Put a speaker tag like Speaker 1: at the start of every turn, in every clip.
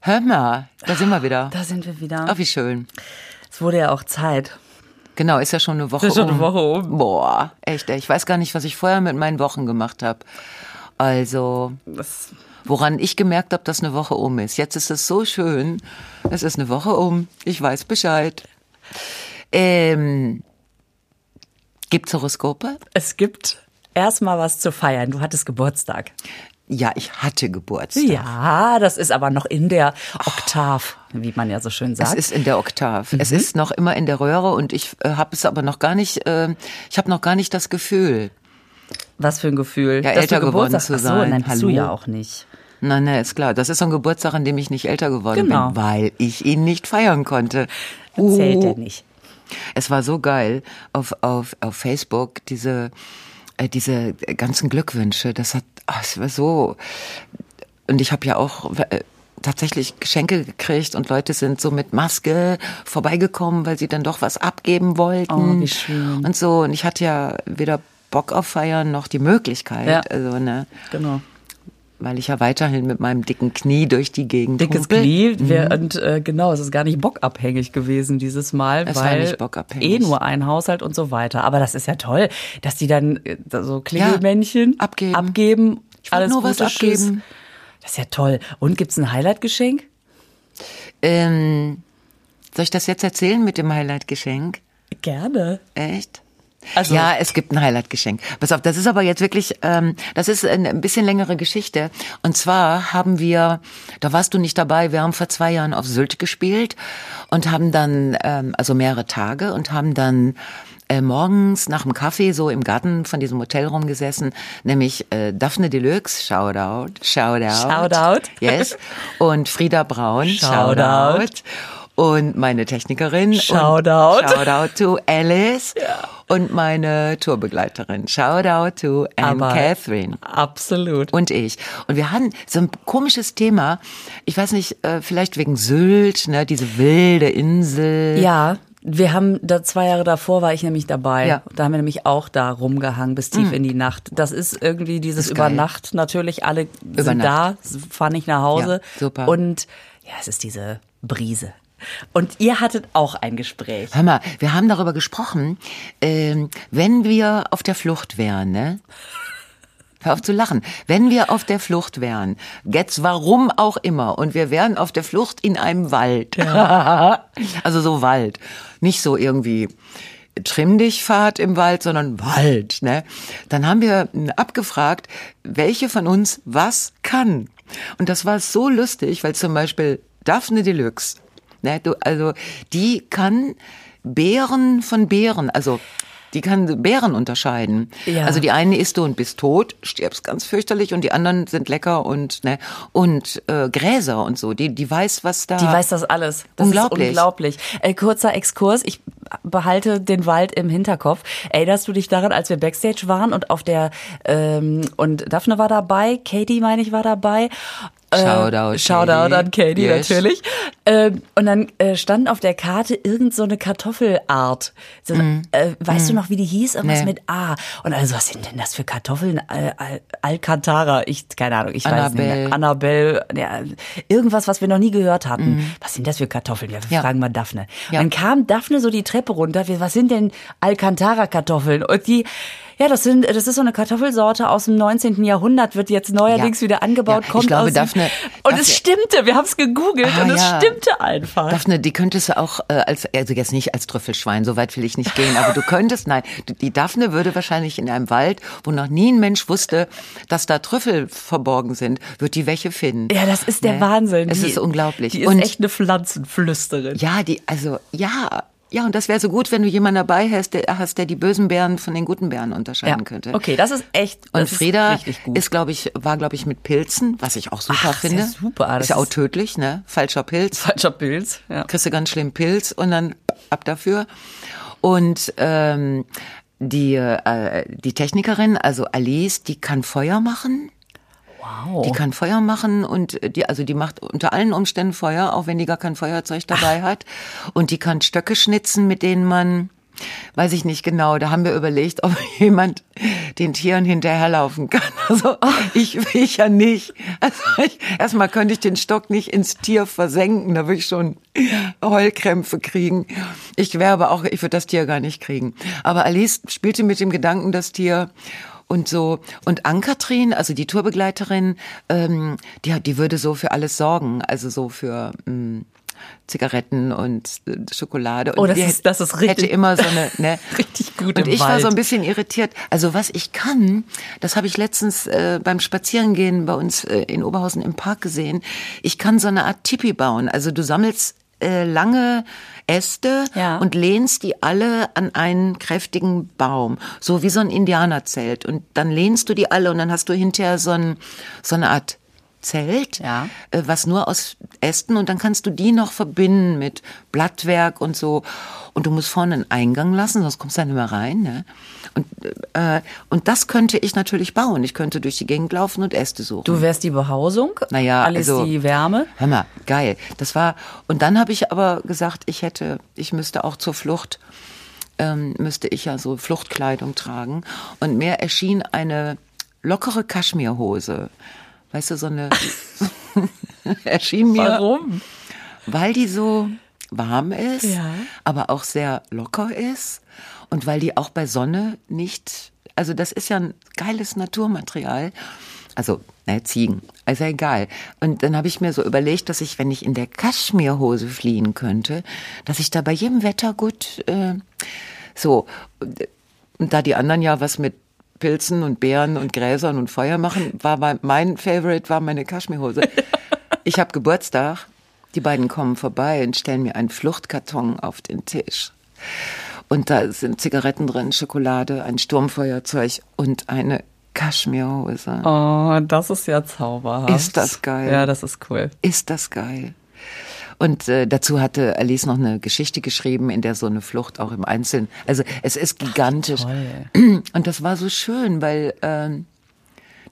Speaker 1: Hör mal, da sind wir wieder.
Speaker 2: Da sind wir wieder.
Speaker 1: Ach, wie schön.
Speaker 2: Es wurde ja auch Zeit.
Speaker 1: Genau, ist ja schon eine Woche
Speaker 2: Ist schon eine
Speaker 1: um.
Speaker 2: Woche um.
Speaker 1: Boah, echt, ey, ich weiß gar nicht, was ich vorher mit meinen Wochen gemacht habe. Also,
Speaker 2: Das,
Speaker 1: woran ich gemerkt habe, dass eine Woche um ist. Jetzt ist es so schön, es ist eine Woche um, ich weiß Bescheid. Ähm, gibt's Horoskope?
Speaker 2: es gibt erstmal was zu feiern. Du hattest Geburtstag.
Speaker 1: Ja, ich hatte Geburtstag.
Speaker 2: Ja, das ist aber noch in der Oktav, wie man ja so schön
Speaker 1: Es
Speaker 2: sagt.
Speaker 1: ist in der Oktav.
Speaker 2: Mhm.
Speaker 1: Es ist noch immer in der Röhre und ich äh, habe es aber noch gar nicht. Äh, ich habe noch gar nicht das Gefühl.
Speaker 2: was für ein Gefühl.
Speaker 1: Ja,
Speaker 2: dass
Speaker 1: älter
Speaker 2: du
Speaker 1: geworden
Speaker 2: Geburtstag,
Speaker 1: zu
Speaker 2: Ach so,
Speaker 1: sein.
Speaker 2: nein, bist du
Speaker 1: Hallo.
Speaker 2: ja auch nicht.
Speaker 1: Na, na, ist klar. Das ist so ein Geburtstag, an dem ich nicht älter geworden
Speaker 2: Genau.
Speaker 1: bin, weil ich ihn nicht feiern konnte.
Speaker 2: Zählt
Speaker 1: Uh.
Speaker 2: ja nicht.
Speaker 1: Es war so geil auf, auf, auf Facebook, diese, äh, diese ganzen Glückwünsche. Das hat, ah, es war so. Und ich habe ja auch äh, tatsächlich Geschenke gekriegt und Leute sind so mit Maske vorbeigekommen, weil sie dann doch was abgeben wollten.
Speaker 2: Oh, wie schön.
Speaker 1: Und so. Und ich hatte ja weder Bock auf Feiern noch die Möglichkeit.
Speaker 2: Ja.
Speaker 1: Also, ne?
Speaker 2: Genau.
Speaker 1: Weil ich ja weiterhin mit meinem dicken Knie durch die Gegend
Speaker 2: Dickes
Speaker 1: humpel.
Speaker 2: Knie. Wir,
Speaker 1: Mhm.
Speaker 2: und äh, genau, es ist gar nicht bockabhängig gewesen dieses Mal,
Speaker 1: Es war
Speaker 2: weil
Speaker 1: nicht bockabhängig.
Speaker 2: eh nur ein Haushalt und so weiter. Aber das ist ja toll, dass die dann äh, so Klingelmännchen
Speaker 1: Ja, abgeben.
Speaker 2: abgeben
Speaker 1: Ich wollte
Speaker 2: alles
Speaker 1: nur was
Speaker 2: Gute, tschüss.
Speaker 1: abgeben.
Speaker 2: Das ist ja toll. Und gibt's ein Highlight-Geschenk?
Speaker 1: Ähm, soll ich das jetzt erzählen mit dem Highlight-Geschenk?
Speaker 2: Gerne.
Speaker 1: Echt?
Speaker 2: Also-
Speaker 1: ja, es gibt ein Highlight-Geschenk. Pass auf, das ist aber jetzt wirklich, ähm, das ist eine ein bisschen längere Geschichte. Und zwar haben wir, da warst du nicht dabei, wir haben vor zwei Jahren auf Sylt gespielt und haben dann, ähm, also mehrere Tage und haben dann äh, morgens nach dem Kaffee so im Garten von diesem Hotel rumgesessen, nämlich äh, Daphne Deluxe, Shoutout, Shoutout.
Speaker 2: Shoutout.
Speaker 1: Yes. Und Frieda Braun,
Speaker 2: Shoutout.
Speaker 1: Shoutout. Und meine Technikerin.
Speaker 2: Shoutout.
Speaker 1: Und Shoutout to Alice. Und meine Tourbegleiterin. Shoutout to Anne
Speaker 2: Aber-
Speaker 1: Catherine.
Speaker 2: Absolut.
Speaker 1: Und ich. Und wir hatten so ein komisches Thema. Ich weiß nicht, äh, vielleicht wegen Sylt, ne, diese wilde Insel.
Speaker 2: Ja, wir haben da zwei Jahre davor war ich nämlich dabei.
Speaker 1: Ja. Mhm.
Speaker 2: Da haben wir nämlich auch da rumgehangen bis tief in die Nacht. Das ist irgendwie dieses
Speaker 1: Ist
Speaker 2: über
Speaker 1: geil.
Speaker 2: Nacht natürlich alle
Speaker 1: Über
Speaker 2: sind
Speaker 1: Nacht.
Speaker 2: da, fahren nicht nach Hause.
Speaker 1: Ja, super.
Speaker 2: Und ja, es ist diese Brise. Und ihr hattet auch ein Gespräch.
Speaker 1: Hör mal, wir haben darüber gesprochen, ähm, wenn wir auf der Flucht wären, ne? Hör auf zu lachen. Wenn wir auf der Flucht wären, jetzt warum auch immer, und wir wären auf der Flucht in einem Wald. also so Wald. Nicht so irgendwie trimm dich Fahrt im Wald, sondern Wald, ne? Dann haben wir mh, abgefragt, welche von uns was kann. Und das war so lustig, weil zum Beispiel Daphne Deluxe, ne? Du, also, die kann Beeren von Beeren, also, die kann Beeren unterscheiden.
Speaker 2: Ja.
Speaker 1: Also die eine isst du und bist tot, stirbst ganz fürchterlich und die anderen sind lecker und ne und äh, Gräser und so. Die die weiß was da.
Speaker 2: Die weiß das alles. Das
Speaker 1: Unglaublich.
Speaker 2: ist unglaublich. Äh, kurzer Exkurs. Ich behalte den Wald im Hinterkopf. Erinnerst du dich daran, als wir Backstage waren und auf der ähm, und Daphne war dabei, Katie meine ich war dabei. Äh,
Speaker 1: Shoutout,
Speaker 2: Shoutout
Speaker 1: Katie.
Speaker 2: an Katie
Speaker 1: Yes.
Speaker 2: natürlich. Ähm, und dann äh, stand auf der Karte irgend so eine Kartoffelart. So, äh, weißt du noch, wie die hieß? Irgendwas
Speaker 1: Mhm. Nee.
Speaker 2: mit A. Und also, was sind denn das für Kartoffeln? Al Al Alcantara. Ich, keine Ahnung, ich weiß nicht mehr.
Speaker 1: Annabelle.
Speaker 2: Annabelle, ja, irgendwas, was wir noch nie gehört hatten. Was sind das für Kartoffeln? Wir
Speaker 1: Mhm. Ja.
Speaker 2: fragen mal Daphne.
Speaker 1: Ja.
Speaker 2: Dann kam Daphne so die Treppe runter. Wir, was sind denn Alcantara-Kartoffeln? Und die, ja, das sind, das ist so eine Kartoffelsorte aus dem 19. Jahrhundert, wird jetzt neuerdings
Speaker 1: Ja.
Speaker 2: wieder angebaut,
Speaker 1: Ja, ich
Speaker 2: kommt
Speaker 1: glaube,
Speaker 2: aus dem-
Speaker 1: Daphne-
Speaker 2: Und
Speaker 1: Daphne-
Speaker 2: es stimmte. Wir haben es gegoogelt
Speaker 1: Ah,
Speaker 2: und es
Speaker 1: ja.
Speaker 2: stimmte einfach.
Speaker 1: Daphne, die könntest du auch äh, als also jetzt nicht als Trüffelschwein, so weit will ich nicht gehen, aber du könntest nein, die- die Daphne würde wahrscheinlich in einem Wald, wo noch nie ein Mensch wusste, dass da Trüffel verborgen sind, wird die welche finden.
Speaker 2: ja, das ist der
Speaker 1: Ne?
Speaker 2: Wahnsinn.
Speaker 1: Es
Speaker 2: Die-
Speaker 1: ist unglaublich.
Speaker 2: Die ist
Speaker 1: und
Speaker 2: echt eine Pflanzenflüsterin.
Speaker 1: Ja, die, also, ja. Ja, und das wäre so gut, wenn du jemanden dabei hast der, hast, der die bösen Bären von den guten Bären unterscheiden
Speaker 2: Ja.
Speaker 1: könnte.
Speaker 2: Okay, das ist echt-
Speaker 1: Und
Speaker 2: das ist
Speaker 1: Frieda ist,
Speaker 2: richtig gut.
Speaker 1: glaube ich, war, glaube ich, mit Pilzen, was ich auch super
Speaker 2: Ach, ist ja
Speaker 1: finde.
Speaker 2: super, das
Speaker 1: Ist ja auch
Speaker 2: ist-
Speaker 1: tödlich, ne? Falscher Pilz.
Speaker 2: Falscher Pilz. Ja.
Speaker 1: Kriegst du ganz schlimm Pilz und dann ab dafür. Und ähm, die, äh, die Technikerin, also Alice, die kann Feuer machen.
Speaker 2: Wow.
Speaker 1: Die kann Feuer machen und die, also die macht unter allen Umständen Feuer, auch wenn die gar kein Feuerzeug dabei hat. Und die kann Stöcke schnitzen, mit denen man weiß ich nicht genau, da haben wir überlegt, ob jemand den Tieren hinterherlaufen kann. Also ich, ich ja nicht. Also ich, erstmal könnte ich den Stock nicht ins Tier versenken, da würde ich schon Heulkrämpfe kriegen. Ich wäre aber auch, ich würde das Tier gar nicht kriegen. Aber Alice spielte mit dem Gedanken, das Tier und so. Und Ankatrin, also die Tourbegleiterin, ähm, die, hat- die würde so für alles sorgen. Also so für ähm, Zigaretten und äh, Schokolade. Und
Speaker 2: Oh, das
Speaker 1: die
Speaker 2: ist-
Speaker 1: hätte-
Speaker 2: das ist richtig-
Speaker 1: Hätte immer so eine, ne?
Speaker 2: Richtig gut
Speaker 1: Und
Speaker 2: im
Speaker 1: ich war so ein
Speaker 2: Wald.
Speaker 1: bisschen irritiert. Also was ich kann, das habe ich letztens äh, beim Spazierengehen bei uns äh, in Oberhausen im Park gesehen. Ich kann so eine Art Tipi bauen. Also du sammelst äh, lange Äste
Speaker 2: Ja.
Speaker 1: und lehnst die alle an einen kräftigen Baum, so wie so ein Indianerzelt. Und dann lehnst du die alle und dann hast du hinterher so, ein, so eine Art Zelt,
Speaker 2: Ja.
Speaker 1: äh, was nur aus Ästen und dann kannst du die noch verbinden mit Blattwerk und so. Und du musst vorne einen Eingang lassen, sonst kommst du da nicht mehr rein. Ne? Und, äh, und das könnte ich natürlich bauen. Ich könnte durch die Gegend laufen und Äste suchen.
Speaker 2: Du wärst die Behausung,
Speaker 1: Naja,
Speaker 2: Alice
Speaker 1: also-
Speaker 2: die Wärme.
Speaker 1: Hör mal, geil. Das war und dann habe ich aber gesagt, ich hätte, ich müsste auch zur Flucht ähm, müsste ich ja so Fluchtkleidung tragen und mir erschien eine lockere Kaschmirhose. Weißt du, so eine erschien mir,
Speaker 2: Warum?
Speaker 1: weil die so warm ist,
Speaker 2: Ja.
Speaker 1: aber auch sehr locker ist und weil die auch bei Sonne nicht, also das ist ja ein geiles Naturmaterial. Also, naja, Ziegen, also egal. Und dann habe ich mir so überlegt, dass ich, wenn ich in der Kaschmirhose fliehen könnte, dass ich da bei jedem Wetter gut äh, so. Und, und da die anderen ja was mit Pilzen und Beeren und Gräsern und Feuer machen, war mein, mein Favorite war meine Kaschmirhose. Ich habe Geburtstag. Die beiden kommen vorbei und stellen mir einen Fluchtkarton auf den Tisch. Und da sind Zigaretten drin, Schokolade, ein Sturmfeuerzeug und eine Kaschmirhose.
Speaker 2: Oh, das ist ja zauberhaft.
Speaker 1: Ist das geil.
Speaker 2: Ja, das ist cool.
Speaker 1: Ist das geil. Und äh, dazu hatte Alice noch eine Geschichte geschrieben, in der so eine Flucht auch im Einzelnen. Also es ist gigantisch. Und das war so schön, weil ähm,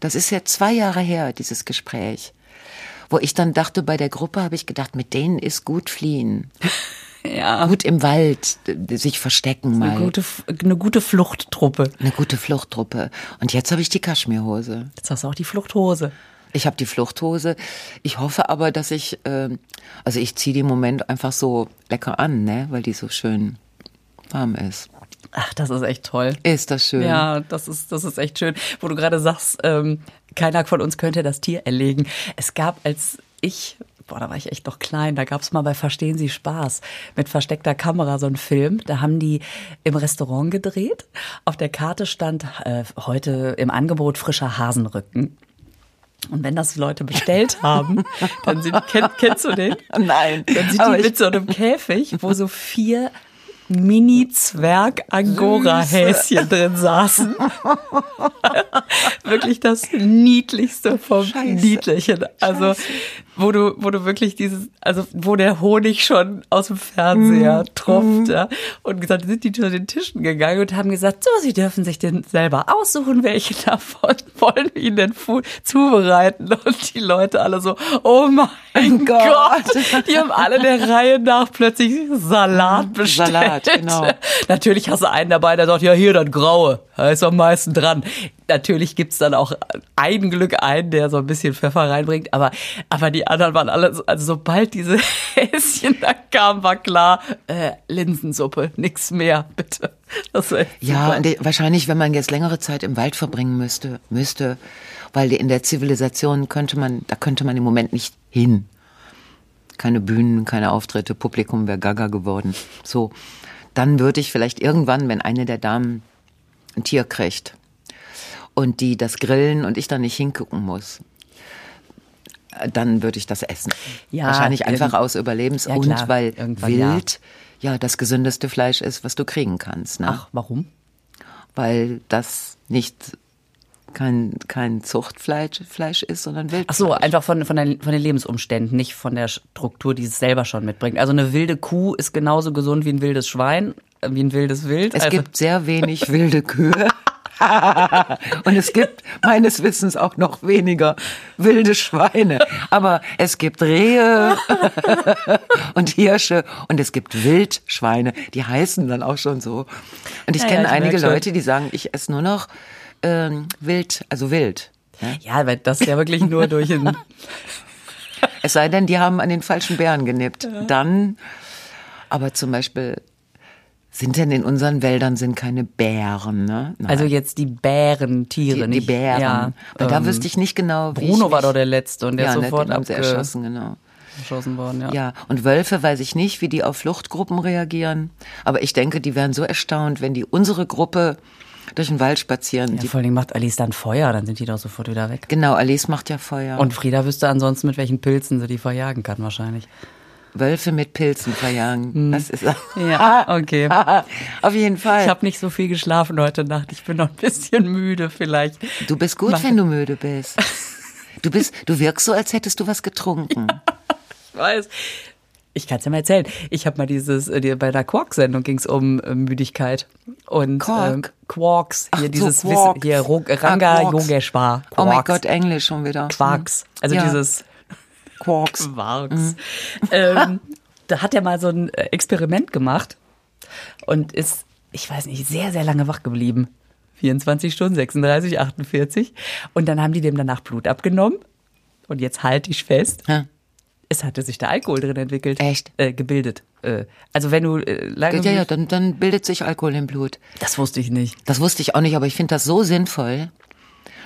Speaker 1: das ist ja zwei Jahre her, dieses Gespräch. Wo ich dann dachte, bei der Gruppe habe ich gedacht, mit denen ist gut fliehen.
Speaker 2: Ja.
Speaker 1: Gut im Wald, äh, sich verstecken mal.
Speaker 2: Eine gute, eine gute Fluchttruppe.
Speaker 1: eine gute Fluchttruppe. Und jetzt habe ich die Kaschmirhose.
Speaker 2: Jetzt hast du auch die Fluchthose.
Speaker 1: Ich habe die Fluchthose. Ich hoffe aber, dass ich, ähm, also ich ziehe die im Moment einfach so lecker an, ne, weil die so schön warm ist.
Speaker 2: Ach, das ist echt toll.
Speaker 1: Ist das schön?
Speaker 2: Ja, das ist, das ist echt schön. Wo du gerade sagst, ähm, keiner von uns könnte das Tier erlegen. Es gab, als ich, boah, da war ich echt noch klein, da gab's mal bei Verstehen Sie Spaß mit versteckter Kamera so einen Film. Da haben die im Restaurant gedreht. Auf der Karte stand äh, heute im Angebot frischer Hasenrücken. Und wenn das Leute bestellt haben, dann sind, kenn, kennst du den?
Speaker 1: Nein,
Speaker 2: Dann sind
Speaker 1: aber
Speaker 2: die
Speaker 1: ich-
Speaker 2: mit so einem Käfig, wo so vier Mini-Zwerg-Angora-Häschen drin saßen. wirklich das Niedlichste vom
Speaker 1: Scheiße.
Speaker 2: Niedlichen. Also, wo du, wo du wirklich dieses, also, wo der Honig schon aus dem Fernseher tropft, ja. Und gesagt, sind die zu den Tischen gegangen und haben gesagt, so, sie dürfen sich denn selber aussuchen, welche davon wollen wir ihnen denn fu- zubereiten. Und die Leute alle so, oh mein
Speaker 1: Gott. Hm,
Speaker 2: Gott. Die haben alle der Reihe nach plötzlich Salat bestellt.
Speaker 1: Salat, genau.
Speaker 2: Natürlich hast du einen dabei, der sagt, ja hier, das Graue, da ist am meisten dran. Natürlich gibt's dann auch ein Glück einen, der so ein bisschen Pfeffer reinbringt, aber, aber die anderen waren alle, so- also sobald diese Häschen da kamen, war klar, äh, Linsensuppe, nix mehr, bitte. Das war echt
Speaker 1: Ja,
Speaker 2: super.
Speaker 1: und ich- wahrscheinlich, wenn man jetzt längere Zeit im Wald verbringen müsste, müsste, weil in der Zivilisation könnte man, da könnte man im Moment nicht hin. Keine Bühnen, keine Auftritte, Publikum wäre gaga geworden. So, dann würde ich vielleicht irgendwann, wenn eine der Damen ein Tier kriegt und die das grillen und ich da nicht hingucken muss, äh, dann würde ich das essen.
Speaker 2: Ja,
Speaker 1: wahrscheinlich einfach
Speaker 2: irgend-
Speaker 1: aus Überlebens-
Speaker 2: Ja,
Speaker 1: und
Speaker 2: klar,
Speaker 1: weil
Speaker 2: irgendwann ja.
Speaker 1: Wild ja. das gesündeste Fleisch ist, was du kriegen kannst. Ne?
Speaker 2: Ach, warum?
Speaker 1: weil das nicht kein, kein Zuchtfleisch Fleisch ist, sondern Wildfleisch.
Speaker 2: Ach so, einfach von, von, den, von den Lebensumständen, nicht von der Struktur, die es selber schon mitbringt. Also eine wilde Kuh ist genauso gesund wie ein wildes Schwein, äh, wie ein wildes Wild.
Speaker 1: es
Speaker 2: also,
Speaker 1: gibt sehr wenig wilde Kühe. Und es gibt meines Wissens auch noch weniger wilde Schweine. Aber es gibt Rehe und Hirsche und es gibt Wildschweine. Die heißen dann auch schon so. Und ich
Speaker 2: Ja, ja,
Speaker 1: kenne
Speaker 2: ich merk
Speaker 1: einige
Speaker 2: schon.
Speaker 1: Leute, die sagen, ich esse nur noch ähm, wild, also wild.
Speaker 2: Ja, weil das ja wirklich nur durch ein.
Speaker 1: Es sei denn, die haben an den falschen Bären genippt. Dann, aber zum Beispiel, sind denn in unseren Wäldern sind keine Bären, ne? Nein.
Speaker 2: Also jetzt die Bärentiere,
Speaker 1: die, die
Speaker 2: nicht-
Speaker 1: Bären.
Speaker 2: Ja,
Speaker 1: Weil da
Speaker 2: ähm,
Speaker 1: wüsste ich nicht genau, wie
Speaker 2: Bruno
Speaker 1: ich
Speaker 2: war
Speaker 1: mich-
Speaker 2: doch der Letzte und der
Speaker 1: ja,
Speaker 2: ist
Speaker 1: ne,
Speaker 2: sofort
Speaker 1: den haben sie
Speaker 2: abgeschossen
Speaker 1: erschossen, genau.
Speaker 2: worden. Ja.
Speaker 1: Ja, und Wölfe weiß ich nicht, wie die auf Fluchtgruppen reagieren. Aber ich denke, die wären so erstaunt, wenn die unsere Gruppe durch den Wald spazieren.
Speaker 2: Ja,
Speaker 1: Die,
Speaker 2: vor allem macht Alice dann Feuer, dann sind die doch sofort wieder weg.
Speaker 1: genau, Alice macht ja Feuer.
Speaker 2: Und Frieda wüsste ansonsten, mit welchen Pilzen sie die verjagen kann, wahrscheinlich.
Speaker 1: Wölfe mit Pilzen verjagen. Das ist
Speaker 2: Hm. Ja, okay.
Speaker 1: auf jeden Fall.
Speaker 2: Ich habe nicht so viel geschlafen heute Nacht. Ich bin noch ein bisschen müde vielleicht.
Speaker 1: Du bist gut, wenn du müde bist. Du bist, du wirkst so, als hättest du was getrunken.
Speaker 2: Ich weiß. Ich kann es ja mal erzählen. Ich habe mal dieses, äh, die, bei der Quark-Sendung ging es um äh, Müdigkeit. Und
Speaker 1: Quark?
Speaker 2: ähm, Quarks, hier
Speaker 1: so,
Speaker 2: dieses
Speaker 1: Quarks.
Speaker 2: Wissen, hier Ro-
Speaker 1: Ah,
Speaker 2: Ranga
Speaker 1: Quarks.
Speaker 2: Yogeshwar.
Speaker 1: Oh mein
Speaker 2: Quarks.
Speaker 1: Gott, Englisch schon wieder.
Speaker 2: Quarks. Also
Speaker 1: Ja. Mhm.
Speaker 2: dieses
Speaker 1: Quarks.
Speaker 2: Quarks. Ähm, da hat er mal so ein äh, Experiment gemacht und ist, ich weiß nicht, sehr, sehr lange wach geblieben. 24 Stunden, 36, 48. Und dann haben die dem danach Blut abgenommen. Und jetzt halte ich fest,
Speaker 1: Ja.
Speaker 2: es hatte sich da Alkohol drin entwickelt.
Speaker 1: Echt?
Speaker 2: Äh, gebildet. Äh, also wenn du äh, lange...
Speaker 1: Ja, ja, dann, dann bildet sich Alkohol im Blut.
Speaker 2: Das wusste ich nicht.
Speaker 1: Das wusste ich auch nicht, aber ich finde das so sinnvoll.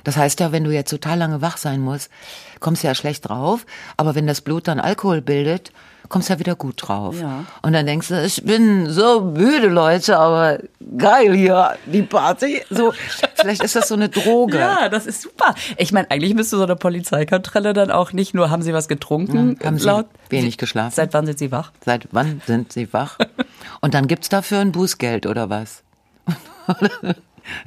Speaker 1: Das heißt ja, wenn du jetzt total lange wach sein musst, kommst du ja schlecht drauf. Aber wenn das Blut dann Alkohol bildet, kommst du ja wieder gut drauf.
Speaker 2: Ja.
Speaker 1: Und dann denkst du, ich bin so müde, Leute, aber geil hier, die Party. So, vielleicht ist das so eine Droge.
Speaker 2: Ja, das ist super. Ich meine, eigentlich müsste so eine Polizeikontrolle dann auch nicht nur, haben sie was getrunken?
Speaker 1: Ja, Hm, haben Sie
Speaker 2: laut,
Speaker 1: wenig geschlafen?
Speaker 2: Seit wann sind sie wach?
Speaker 1: Seit wann sind sie wach? Und dann gibt's dafür ein Bußgeld oder was?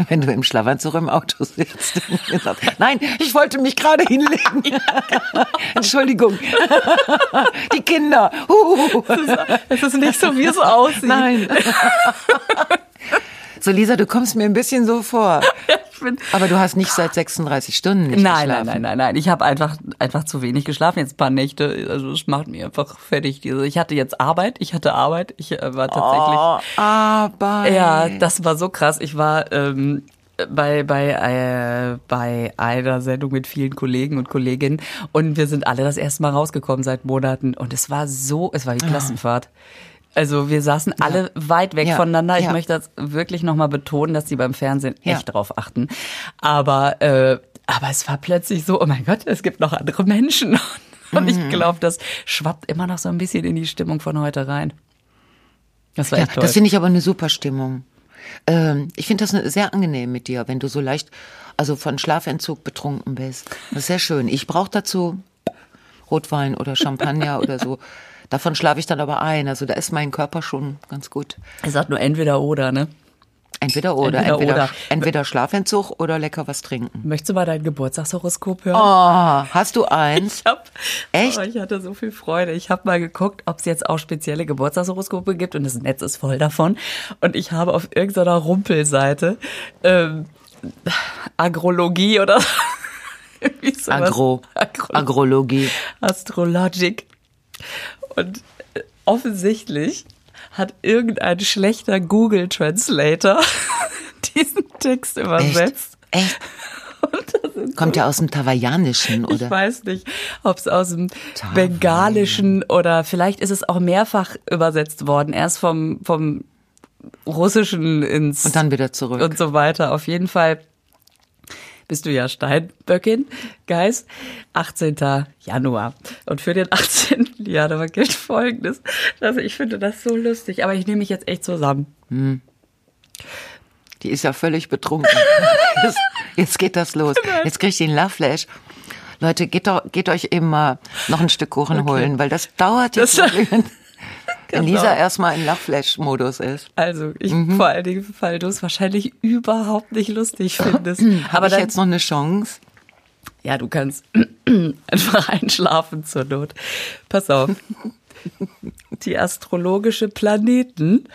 Speaker 1: Wenn du im Schlafanzug im Auto sitzt. und sagst, Nein, ich wollte mich gerade hinlegen.
Speaker 2: genau.
Speaker 1: Entschuldigung. Die Kinder. Huhu.
Speaker 2: Es ist nicht so, wie es aussieht.
Speaker 1: Nein. So, Lisa, du kommst mir ein bisschen so vor.
Speaker 2: Ich bin
Speaker 1: Aber du hast nicht seit 36 Stunden nicht
Speaker 2: Nein, nein,
Speaker 1: geschlafen.
Speaker 2: nein, nein, nein. Ich habe einfach, einfach zu wenig geschlafen, jetzt ein paar Nächte. Also es macht mich einfach fertig. Diese- Ich hatte jetzt Arbeit, ich hatte Arbeit, ich äh, war tatsächlich.
Speaker 1: Oh, aber.
Speaker 2: Ja, das war so krass. Ich war ähm, bei, bei, äh, bei einer Sendung mit vielen Kollegen und Kolleginnen und wir sind alle das erste Mal rausgekommen seit Monaten und es war so, es war wie Klassenfahrt. Also wir saßen alle weit weg
Speaker 1: Ah. Ja.
Speaker 2: voneinander. Ich
Speaker 1: Ja.
Speaker 2: möchte das wirklich nochmal betonen, dass die beim Fernsehen
Speaker 1: Ja.
Speaker 2: echt drauf achten. Aber, äh, aber es war plötzlich so, oh mein Gott, es gibt noch andere Menschen. Und
Speaker 1: Mhm.
Speaker 2: ich glaube, das schwappt immer noch so ein bisschen in die Stimmung von heute rein. Das war
Speaker 1: Ja,
Speaker 2: echt toll.
Speaker 1: das finde ich aber eine super Stimmung. Ähm, ich finde das ne- sehr angenehm mit dir, wenn du so leicht, also von Schlafentzug betrunken bist. Das ist sehr schön. Ich brauche dazu Rotwein oder Champagner oder so. Davon schlafe ich dann aber ein. Also da ist mein Körper schon ganz gut.
Speaker 2: Er sagt nur entweder oder, ne?
Speaker 1: Entweder oder,
Speaker 2: Entweder
Speaker 1: entweder, entweder,
Speaker 2: oder.
Speaker 1: Schlafentzug oder lecker was trinken.
Speaker 2: Möchtest du mal dein Geburtstagshoroskop hören?
Speaker 1: Oh, hast du eins?
Speaker 2: Ich hab,
Speaker 1: Echt?
Speaker 2: Oh, ich hatte so viel Freude. Ich habe mal geguckt, ob es jetzt auch spezielle Geburtstagshoroskope gibt und das Netz ist voll davon. Und ich habe auf irgendeiner Rumpelseite ähm, Agrologie oder irgendwie sowas.
Speaker 1: Agro.
Speaker 2: Agro
Speaker 1: Agrologie.
Speaker 2: Astrologic. Und äh, offensichtlich hat irgendein schlechter Google Translator diesen Text
Speaker 1: Echt?
Speaker 2: übersetzt.
Speaker 1: Echt?
Speaker 2: Und da sind
Speaker 1: Kommt ja aus dem Tawaiianischen,
Speaker 2: Ich
Speaker 1: oder?
Speaker 2: weiß nicht, ob es aus dem
Speaker 1: Taiwan.
Speaker 2: Bengalischen oder vielleicht ist es auch mehrfach übersetzt worden. Erst vom, vom Russischen ins
Speaker 1: Und dann wieder zurück.
Speaker 2: und so weiter. Auf jeden Fall bist du ja Steinböckin, Geist. 18. Januar. Und für den 18. Januar gilt Folgendes. Also ich finde das so lustig, aber ich nehme mich jetzt echt zusammen.
Speaker 1: Die ist ja völlig betrunken. jetzt, jetzt geht das los. Jetzt kriegt die einen Lachflash. Leute, geht, doch, geht euch eben mal noch ein Stück Kuchen holen, weil das Genau. dauert jetzt.
Speaker 2: Das-
Speaker 1: noch, wenn- Wenn Lisa erstmal in Lachflash-Modus ist.
Speaker 2: Also, ich,
Speaker 1: Mhm.
Speaker 2: vor allen Dingen, weil du es wahrscheinlich überhaupt nicht lustig findest.
Speaker 1: Habe ich
Speaker 2: dann-
Speaker 1: jetzt noch eine Chance?
Speaker 2: Ja, du kannst einfach einschlafen zur Not. Pass auf. Die astrologische Planeten,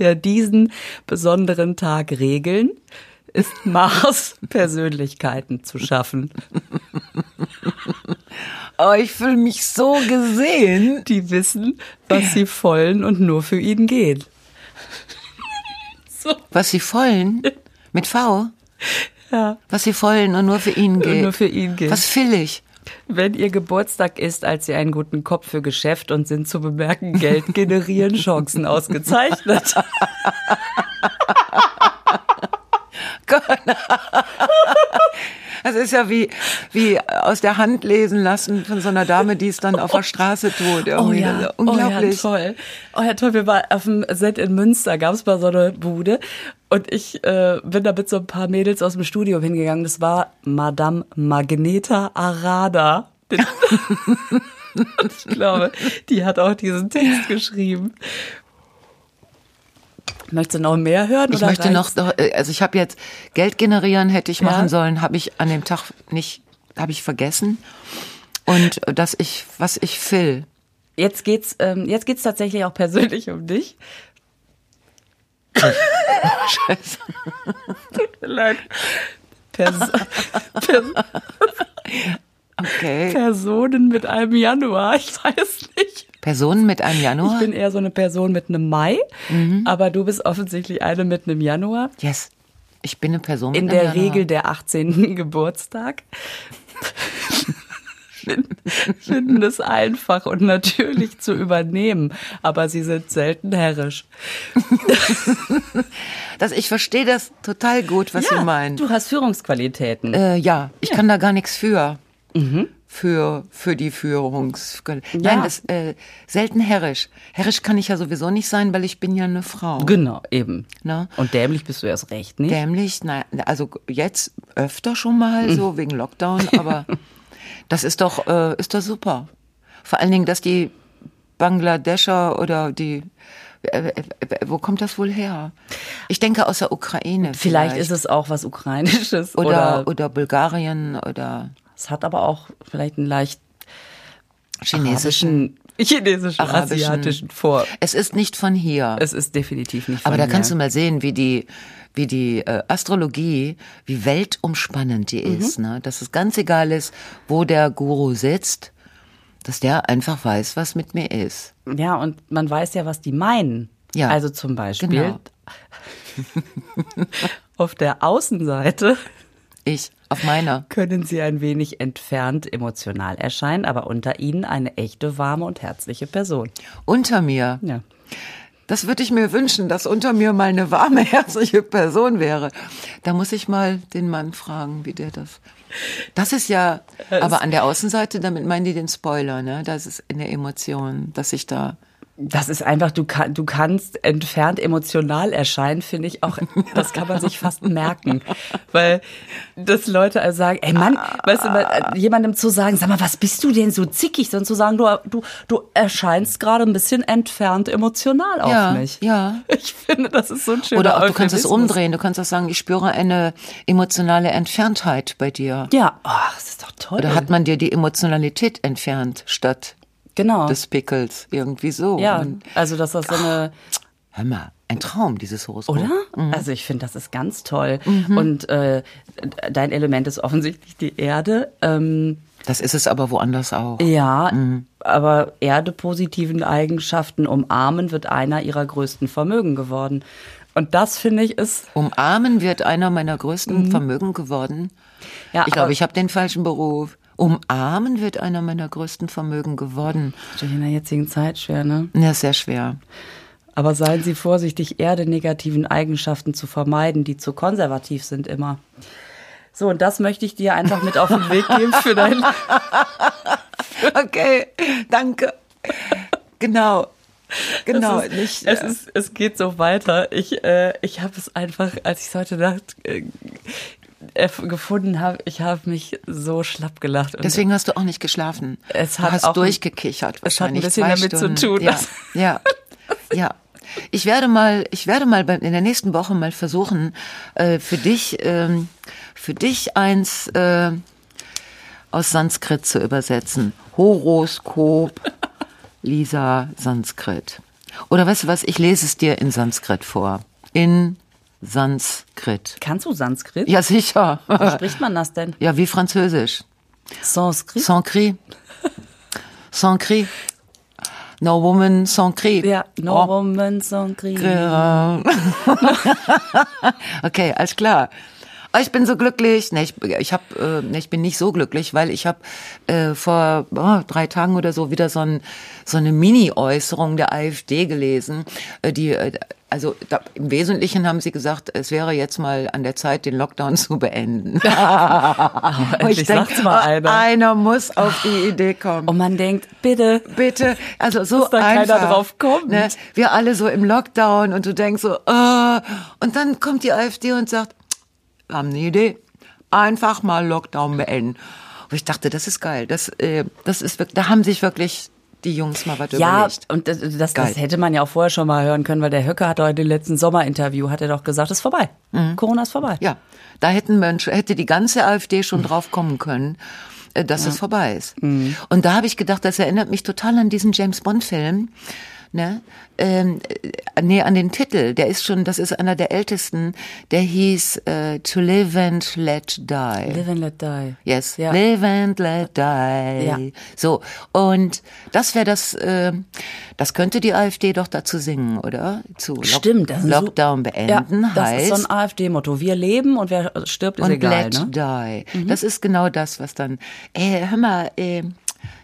Speaker 2: der diesen besonderen Tag regeln, ist Mars, Persönlichkeiten zu schaffen.
Speaker 1: Oh, ich fühle mich so gesehen.
Speaker 2: Die wissen, was sie wollen und nur für ihn gehen. So,
Speaker 1: Was sie wollen? Mit V?
Speaker 2: ja.
Speaker 1: Was sie wollen und nur für ihn geht.
Speaker 2: nur für ihn geht.
Speaker 1: Was will ich?
Speaker 2: Wenn ihr Geburtstag ist, als sie einen guten Kopf für Geschäft und Sinn zu bemerken, Geld generieren Chancen ausgezeichnet.
Speaker 1: Das ist ja wie, wie aus der Hand lesen lassen von so einer Dame, die es dann auf der Straße tut. Irgendwie. Also Unglaublich.
Speaker 2: Oh ja, toll. Oh ja, toll. Wir waren auf dem Set in Münster, gab es mal so eine Bude. Und ich äh, bin da mit so ein paar Mädels aus dem Studio hingegangen. Das war Madame Magneta Arada. Und ich glaube, die hat auch diesen Text geschrieben. Möchtest du noch mehr hören?
Speaker 1: ich
Speaker 2: oder
Speaker 1: möchte
Speaker 2: reicht's?
Speaker 1: noch, doch, äh, also ich habe jetzt Geld generieren hätte ich
Speaker 2: Ja.
Speaker 1: machen sollen, habe ich an dem Tag nicht, habe ich vergessen. Und äh, dass ich, was ich will.
Speaker 2: Jetzt geht's, ähm, jetzt geht's tatsächlich auch persönlich um dich.
Speaker 1: Scheiße.
Speaker 2: Tut mir leid. Pers Pers
Speaker 1: Okay.
Speaker 2: Personen mit einem Januar, ich weiß nicht.
Speaker 1: Personen mit einem
Speaker 2: Ich
Speaker 1: Januar?
Speaker 2: bin eher so eine Person mit einem Mai,
Speaker 1: Mhm.
Speaker 2: aber du bist offensichtlich eine mit einem Januar.
Speaker 1: yes. Ich bin eine Person
Speaker 2: In
Speaker 1: mit einem
Speaker 2: der
Speaker 1: Januar.
Speaker 2: Regel der 18. Geburtstag. Finden- Finden es einfach und natürlich zu übernehmen, aber sie sind selten herrisch.
Speaker 1: Das, ich verstehe das total gut, was Sie meinen.
Speaker 2: du hast Führungsqualitäten.
Speaker 1: Äh, ja, ich kann da gar nichts für.
Speaker 2: Mhm.
Speaker 1: Für, für die Führungs... Nein, das, äh, selten herrisch. Herrisch kann ich ja sowieso nicht sein, weil ich bin ja eine Frau.
Speaker 2: Genau, eben.
Speaker 1: Na?
Speaker 2: Und dämlich bist du erst recht, nicht?
Speaker 1: Dämlich, nein, also jetzt öfter schon mal
Speaker 2: Mhm.
Speaker 1: so wegen Lockdown, aber das ist doch, äh, ist doch super. Vor allen Dingen, dass die Bangladescher oder die, äh, äh, äh, wo kommt das wohl her? Ich denke aus der Ukraine.
Speaker 2: Vielleicht ist es auch was Ukrainisches
Speaker 1: oder,
Speaker 2: oder,
Speaker 1: oder Bulgarien oder
Speaker 2: es hat aber auch vielleicht einen leicht
Speaker 1: chinesischen.
Speaker 2: arabischen, chinesischen,
Speaker 1: Arabischen.
Speaker 2: asiatischen Vor.
Speaker 1: Es ist nicht von hier.
Speaker 2: Es ist definitiv nicht.
Speaker 1: aber
Speaker 2: von
Speaker 1: da
Speaker 2: mir.
Speaker 1: kannst du mal sehen, wie die, wie die äh, Astrologie, wie weltumspannend die ist. Ne? Dass es ganz egal ist, wo der Guru sitzt, dass der einfach weiß, was mit mir ist.
Speaker 2: Ja, und man weiß ja, was die meinen.
Speaker 1: Ja,
Speaker 2: Also zum Beispiel
Speaker 1: genau.
Speaker 2: auf der Außenseite
Speaker 1: Ich auf meiner.
Speaker 2: können sie ein wenig entfernt emotional erscheinen, aber unter ihnen eine echte, warme und herzliche Person.
Speaker 1: Unter mir.
Speaker 2: Ja.
Speaker 1: Das würde ich mir wünschen, dass unter mir mal eine warme, herzliche Person wäre. Da muss ich mal den Mann fragen, wie der das. Das ist ja, aber an der Außenseite, damit meinen die den Spoiler, ne? Das ist in der Emotion, dass ich da.
Speaker 2: Das ist einfach, du, kann, du kannst entfernt emotional erscheinen, finde ich auch. Das kann man sich fast merken. Weil dass Leute also sagen, ey Mann, weißt du, mal, äh, jemandem zu sagen, sag mal, was bist du denn so zickig? Sondern zu sagen, du, du, du erscheinst gerade ein bisschen entfernt emotional auf
Speaker 1: ja,
Speaker 2: mich.
Speaker 1: ja.
Speaker 2: Ich finde, das ist so ein schöner
Speaker 1: Oder auch, du kannst es
Speaker 2: Euphemismus.
Speaker 1: umdrehen, du kannst auch sagen, ich spüre eine emotionale Entferntheit bei dir.
Speaker 2: Ja, oh, das ist doch toll.
Speaker 1: Oder hat man dir die Emotionalität entfernt statt
Speaker 2: genau.
Speaker 1: des Pickels? Irgendwie so.
Speaker 2: ja,
Speaker 1: Und,
Speaker 2: also dass das so
Speaker 1: Ah.
Speaker 2: eine
Speaker 1: hör mal, ein Traum, dieses Horoskop.
Speaker 2: Oder? Also ich finde, das ist ganz toll. Und äh, dein Element ist offensichtlich die Erde. Ähm,
Speaker 1: Das ist es aber woanders auch.
Speaker 2: ja, aber Erde positiven Eigenschaften umarmen wird einer ihrer größten Vermögen geworden. Und das finde ich ist
Speaker 1: Umarmen wird einer meiner größten Vermögen geworden.
Speaker 2: Mhm. Ja,
Speaker 1: ich glaube,
Speaker 2: aber-
Speaker 1: ich habe den falschen Beruf. Umarmen wird einer meiner größten Vermögen geworden.
Speaker 2: natürlich in der jetzigen Zeit schwer, ne?
Speaker 1: Ja, sehr schwer.
Speaker 2: Aber seien Sie vorsichtig, Erde negativen Eigenschaften zu vermeiden, die zu konservativ sind immer. So, und das möchte ich dir einfach mit auf den Weg geben für dein
Speaker 1: Okay, danke. Genau. Genau.
Speaker 2: es, ist,
Speaker 1: nicht,
Speaker 2: es,
Speaker 1: äh,
Speaker 2: ist, es geht so weiter. Ich, äh, ich habe es einfach, als ich es heute Nacht äh, erf- gefunden habe, ich habe mich so schlapp gelacht. Und
Speaker 1: Deswegen hast du auch nicht geschlafen.
Speaker 2: Es
Speaker 1: du
Speaker 2: hat
Speaker 1: hast
Speaker 2: auch-
Speaker 1: durchgekichert.
Speaker 2: es hat ein
Speaker 1: wahrscheinlich
Speaker 2: bisschen
Speaker 1: zwei
Speaker 2: damit
Speaker 1: Stunden.
Speaker 2: zu tun,
Speaker 1: Ja,
Speaker 2: dass-
Speaker 1: ja, ja. Ich werde mal, ich werde mal bei, in der nächsten Woche mal versuchen, äh, für dich, ähm, für dich eins äh, aus Sanskrit zu übersetzen. Horoskop, Lisa Sanskrit. Oder weißt du was? Ich lese es dir in Sanskrit vor. In Sanskrit.
Speaker 2: Kannst du Sanskrit?
Speaker 1: Ja, sicher.
Speaker 2: Wie spricht man das denn?
Speaker 1: Ja, wie Französisch.
Speaker 2: Sanskrit?
Speaker 1: Sans cri. Sans cri. No woman sans cri. Oh,
Speaker 2: ja, Oh. Äh. no woman Sanskrit.
Speaker 1: Ähm. okay, alles klar. Oh, Ich bin so glücklich. Nee, ich, ich, hab, äh, nee, ich bin nicht so glücklich, weil ich habe äh, vor oh, drei Tagen oder so wieder so, ein, so eine Mini-Äußerung der AfD gelesen. Äh, die, äh, also da, im Wesentlichen haben sie gesagt, es wäre jetzt mal an der Zeit, den Lockdown zu beenden. Und
Speaker 2: Ah, endlich
Speaker 1: denk,
Speaker 2: sagt's mal
Speaker 1: oh,
Speaker 2: einer.
Speaker 1: Einer muss auf die Idee kommen.
Speaker 2: Und man denkt, bitte.
Speaker 1: Bitte, also so
Speaker 2: Dass da keiner
Speaker 1: einfach,
Speaker 2: drauf kommt.
Speaker 1: Ne? Wir alle so im Lockdown und du denkst so, äh, und dann kommt die AfD und sagt, wir haben eine Idee, einfach mal Lockdown beenden. Und ich dachte, das ist geil, das, äh, das ist, wirk- da haben sich wirklich die Jungs mal was
Speaker 2: Ja,
Speaker 1: überlegt.
Speaker 2: und das, das,
Speaker 1: Geil.
Speaker 2: das hätte man ja auch vorher schon mal hören können, weil der Höcke hat heute im letzten Sommerinterview, hat er doch gesagt, ist vorbei. Corona ist vorbei.
Speaker 1: Ja, da hätten Mensch, hätte die ganze AfD schon drauf kommen können, äh, dass es vorbei ist.
Speaker 2: Mhm.
Speaker 1: Und da habe ich gedacht, das erinnert mich total an diesen James Bond-Film. Ne? Ähm, äh, nee, an den Titel. Der ist schon, das ist einer der ältesten. Der hieß äh, To Live and Let Die.
Speaker 2: Live and let die.
Speaker 1: Yes,
Speaker 2: Ja.
Speaker 1: live and let die.
Speaker 2: Ja.
Speaker 1: So, und das wäre das, äh, das könnte die AfD doch dazu singen, oder? Zu Lock-
Speaker 2: Stimmt, das ist so-
Speaker 1: Lockdown beenden
Speaker 2: ja,
Speaker 1: heißt
Speaker 2: Das ist so ein AfD-Motto. Wir leben und wer stirbt, ist
Speaker 1: und
Speaker 2: egal.
Speaker 1: Let
Speaker 2: Ne?
Speaker 1: Die. Das ist genau das, was dann. Ey, hör mal, äh,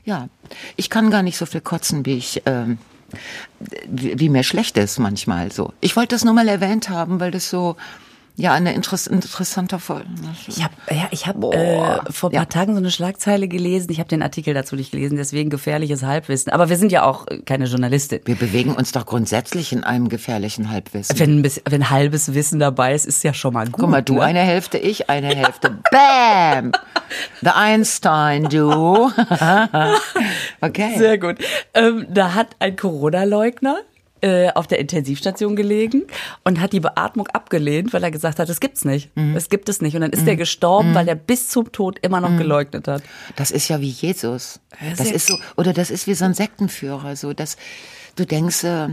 Speaker 1: ja, ich kann gar nicht so viel kotzen, wie ich. Ähm, wie, wie mir schlecht ist manchmal so. Ich wollte das nur mal erwähnt haben, weil das so ja eine interess ne, interessanter Folge.
Speaker 2: Ich habe ja, ich hab,
Speaker 1: Boah.
Speaker 2: äh, vor ein paar Tagen so eine Schlagzeile gelesen. Ich habe den Artikel dazu nicht gelesen, deswegen gefährliches Halbwissen. Aber wir sind ja auch äh, keine Journalistin.
Speaker 1: Wir bewegen uns doch grundsätzlich in einem gefährlichen Halbwissen.
Speaker 2: Wenn, ein bisschen, wenn halbes Wissen dabei ist, ist ja schon mal gut.
Speaker 1: Äh, Guck mal, du
Speaker 2: ne?
Speaker 1: eine Hälfte, ich eine Hälfte. Bam! The Einstein, du. okay.
Speaker 2: Sehr gut. Ähm, da hat ein Corona-Leugner äh, auf der Intensivstation gelegen und hat die Beatmung abgelehnt, weil er gesagt hat, es gibt's nicht.
Speaker 1: Mhm.
Speaker 2: Es gibt es nicht. Und dann ist er gestorben, weil er bis zum Tod immer
Speaker 1: Mhm.
Speaker 2: noch geleugnet hat.
Speaker 1: Das ist ja wie Jesus.
Speaker 2: Ja,
Speaker 1: Das
Speaker 2: sehr-
Speaker 1: ist so, oder das ist wie so ein Sektenführer, so dass du denkst, äh,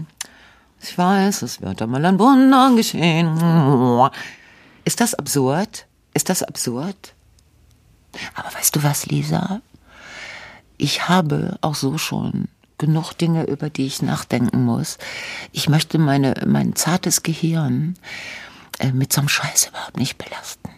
Speaker 1: ich weiß, es wird einmal ein Wunder geschehen. Ist das absurd? Ist das absurd? Aber weißt du was, Lisa? Ich habe auch so schon genug Dinge, über die ich nachdenken muss. Ich möchte meine, mein zartes Gehirn äh, mit so einem Scheiß überhaupt nicht belasten.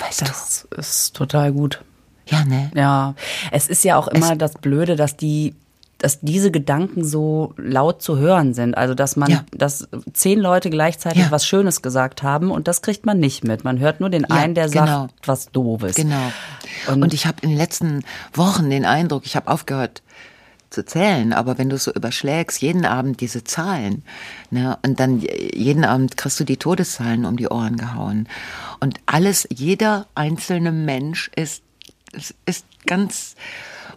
Speaker 1: Weißt
Speaker 2: Das ist total gut.
Speaker 1: du? Ja, ne?
Speaker 2: Ja, es ist ja auch immer das Blöde, dass die dass diese Gedanken so laut zu hören sind. Also, dass man,
Speaker 1: Ja.
Speaker 2: dass zehn Leute gleichzeitig
Speaker 1: Ja.
Speaker 2: was Schönes gesagt haben und das kriegt man nicht mit. Man hört nur den einen, der
Speaker 1: genau.
Speaker 2: sagt was Doofes.
Speaker 1: Genau. Und,
Speaker 2: Und-
Speaker 1: ich habe in den letzten Wochen den Eindruck, ich habe aufgehört zu zählen, aber wenn du so überschlägst, jeden Abend diese Zahlen, ne, und dann j- jeden Abend kriegst du die Todeszahlen um die Ohren gehauen. Und alles, jeder einzelne Mensch ist, ist, ist ganz,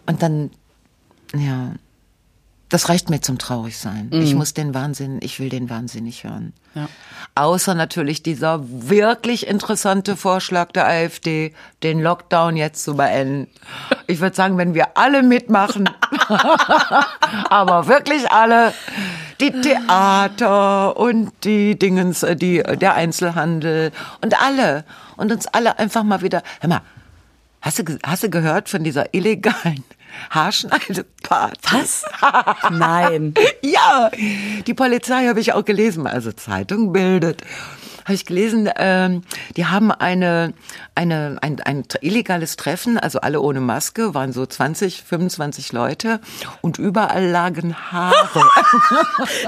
Speaker 1: und dann, ja, das reicht mir zum Traurigsein. Ich muss den Wahnsinn, ich will den Wahnsinn nicht hören.
Speaker 2: Ja.
Speaker 1: Außer natürlich dieser wirklich interessante Vorschlag der AfD, den Lockdown jetzt zu beenden. Ich würde sagen, wenn wir alle mitmachen, aber wirklich alle, die Theater und die Dingens, äh, die, der Einzelhandel und alle und uns alle einfach mal wieder, hör mal, hast du, ge- hast du gehört von dieser illegalen Haarschneideparty?
Speaker 2: Was? Nein.
Speaker 1: Ja, die Polizei habe ich auch gelesen, also Zeitung bildet. Habe ich gelesen, ähm, die haben eine, eine, ein, ein illegales Treffen, also alle ohne Maske, waren so 20, 25 Leute und überall lagen Haare.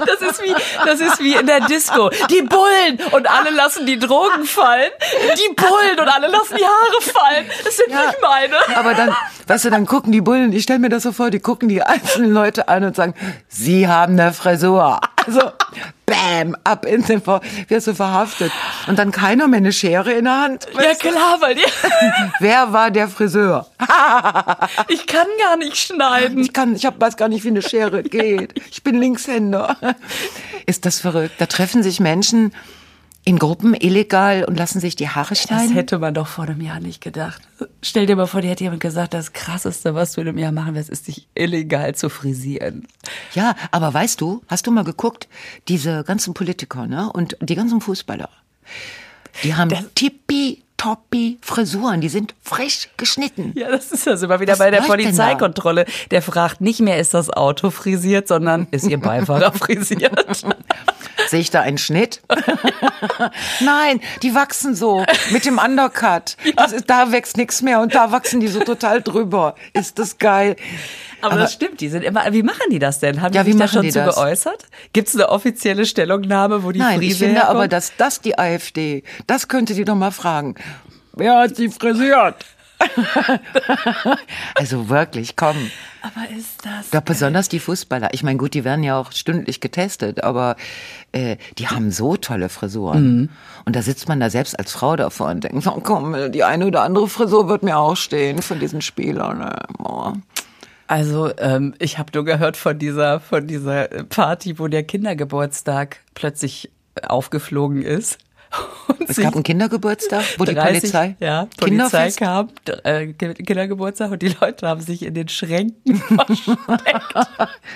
Speaker 2: Das ist wie, das ist wie in der Disco. Die Bullen und alle lassen die Drogen fallen. Die Bullen und alle lassen die Haare fallen. Das sind
Speaker 1: Ja.
Speaker 2: nicht meine.
Speaker 1: Aber dann, weißt du, dann gucken die Bullen, ich stelle mir das so vor, die gucken die einzelnen Leute an und sagen, sie haben eine Frisur. Also, bam, ab in den, Ver- wirst du verhaftet. Und dann keiner mehr eine Schere in der Hand.
Speaker 2: Ja klar, weil die,
Speaker 1: Wer war der Friseur?
Speaker 2: ich kann gar nicht schneiden.
Speaker 1: Ich kann, ich hab, weiß gar nicht, wie eine Schere geht. Ich bin Linkshänder. Ist das verrückt? Da treffen sich Menschen in Gruppen illegal und lassen sich die Haare
Speaker 2: Das
Speaker 1: schneiden?
Speaker 2: hätte man doch vor einem Jahr nicht gedacht. Stell dir mal vor, dir hätte jemand gesagt, das Krasseste, was du in einem Jahr machen wirst, ist dich illegal zu frisieren.
Speaker 1: Ja, aber weißt du, hast du mal geguckt, diese ganzen Politiker ne? und die ganzen Fußballer, die haben tippitoppi Frisuren, die sind frisch geschnitten.
Speaker 2: Ja, das ist das immer wieder
Speaker 1: Was
Speaker 2: bei der
Speaker 1: läuft denn da?
Speaker 2: Polizeikontrolle. Der fragt nicht mehr, ist das Auto frisiert, sondern ist Ihr Beifahrer frisiert?
Speaker 1: Sehe ich da einen Schnitt? Nein, die wachsen so mit dem Undercut. Das ist, da wächst nichts mehr und da wachsen die so total drüber. Ist das geil.
Speaker 2: Aber, das stimmt, die sind immer, wie machen die das denn? Haben
Speaker 1: Ja,
Speaker 2: die
Speaker 1: wie
Speaker 2: sich da
Speaker 1: machen
Speaker 2: schon
Speaker 1: die
Speaker 2: zu
Speaker 1: das?
Speaker 2: geäußert? Gibt es eine offizielle Stellungnahme, wo die
Speaker 1: Nein,
Speaker 2: Frise
Speaker 1: ich finde
Speaker 2: herkommt?
Speaker 1: aber, dass das die AfD, das könnte die doch mal fragen. Wer hat sie frisiert? also wirklich, komm.
Speaker 2: Aber ist das...
Speaker 1: Doch besonders die Fußballer. Ich meine, gut, die werden ja auch stündlich getestet, aber äh, die haben so tolle Frisuren.
Speaker 2: Mhm.
Speaker 1: Und da sitzt man da selbst als Frau davor und denkt, oh, komm, die eine oder andere Frisur wird mir auch stehen von diesen Spielern. ne? Boah.
Speaker 2: Also, ähm, ich habe nur gehört von dieser, von dieser Party, wo der Kindergeburtstag plötzlich äh, aufgeflogen ist. Und
Speaker 1: Es
Speaker 2: sich
Speaker 1: gab einen Kindergeburtstag, wo die
Speaker 2: 30
Speaker 1: Polizei,
Speaker 2: ja, Polizei
Speaker 1: Kinderfest,
Speaker 2: kam, d- äh, Kindergeburtstag und die Leute haben sich in den Schränken versteckt.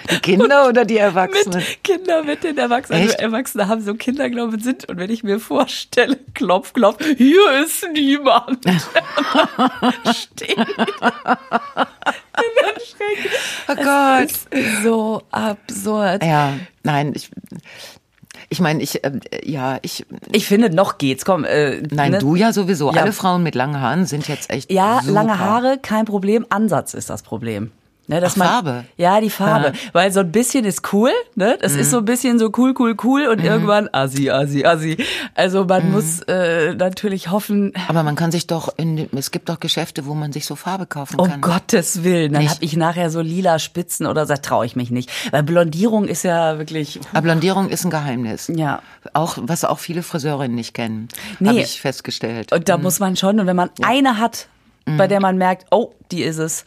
Speaker 1: die Kinder oder die Erwachsenen?
Speaker 2: mit Kinder mit den Erwachsenen. Also
Speaker 1: Echt?
Speaker 2: Erwachsene haben so Kinder, glaube ich, sind. Und wenn ich mir vorstelle, klopf, klopf, hier ist niemand. Stehen. in den Schränken.
Speaker 1: Oh Gott.
Speaker 2: Es ist so absurd.
Speaker 1: Ja, nein, ich, ich meine, ich, äh, ja, ich,
Speaker 2: Ich finde, noch geht's. Komm, äh,
Speaker 1: nein,
Speaker 2: ne?
Speaker 1: du ja sowieso.
Speaker 2: Ja.
Speaker 1: Alle Frauen mit langen Haaren sind jetzt echt
Speaker 2: Ja,
Speaker 1: super.
Speaker 2: lange Haare, kein Problem. Ansatz ist das Problem. Ne, dass
Speaker 1: Ach, Farbe.
Speaker 2: Ja, die Farbe. Weil so ein bisschen ist cool, ne? Das
Speaker 1: Mhm.
Speaker 2: ist so ein bisschen so cool, cool, cool und irgendwann assi, assi, assi. Also
Speaker 1: Mhm.
Speaker 2: man muss äh, natürlich hoffen,
Speaker 1: Aber man kann sich doch in, es gibt doch Geschäfte, wo man sich so Farbe kaufen
Speaker 2: um
Speaker 1: kann.
Speaker 2: Gottes Willen, dann
Speaker 1: Nicht.
Speaker 2: hab ich nachher so lila Spitzen oder so, traue ich mich nicht. Weil Blondierung ist ja wirklich.
Speaker 1: Aber Blondierung ist ein Geheimnis.
Speaker 2: Ja.
Speaker 1: Auch, was auch viele Friseurinnen nicht kennen.
Speaker 2: Nee.
Speaker 1: Habe ich festgestellt.
Speaker 2: Und da muss man schon, und wenn man eine hat,
Speaker 1: Mhm.
Speaker 2: bei der man merkt, oh, die ist es,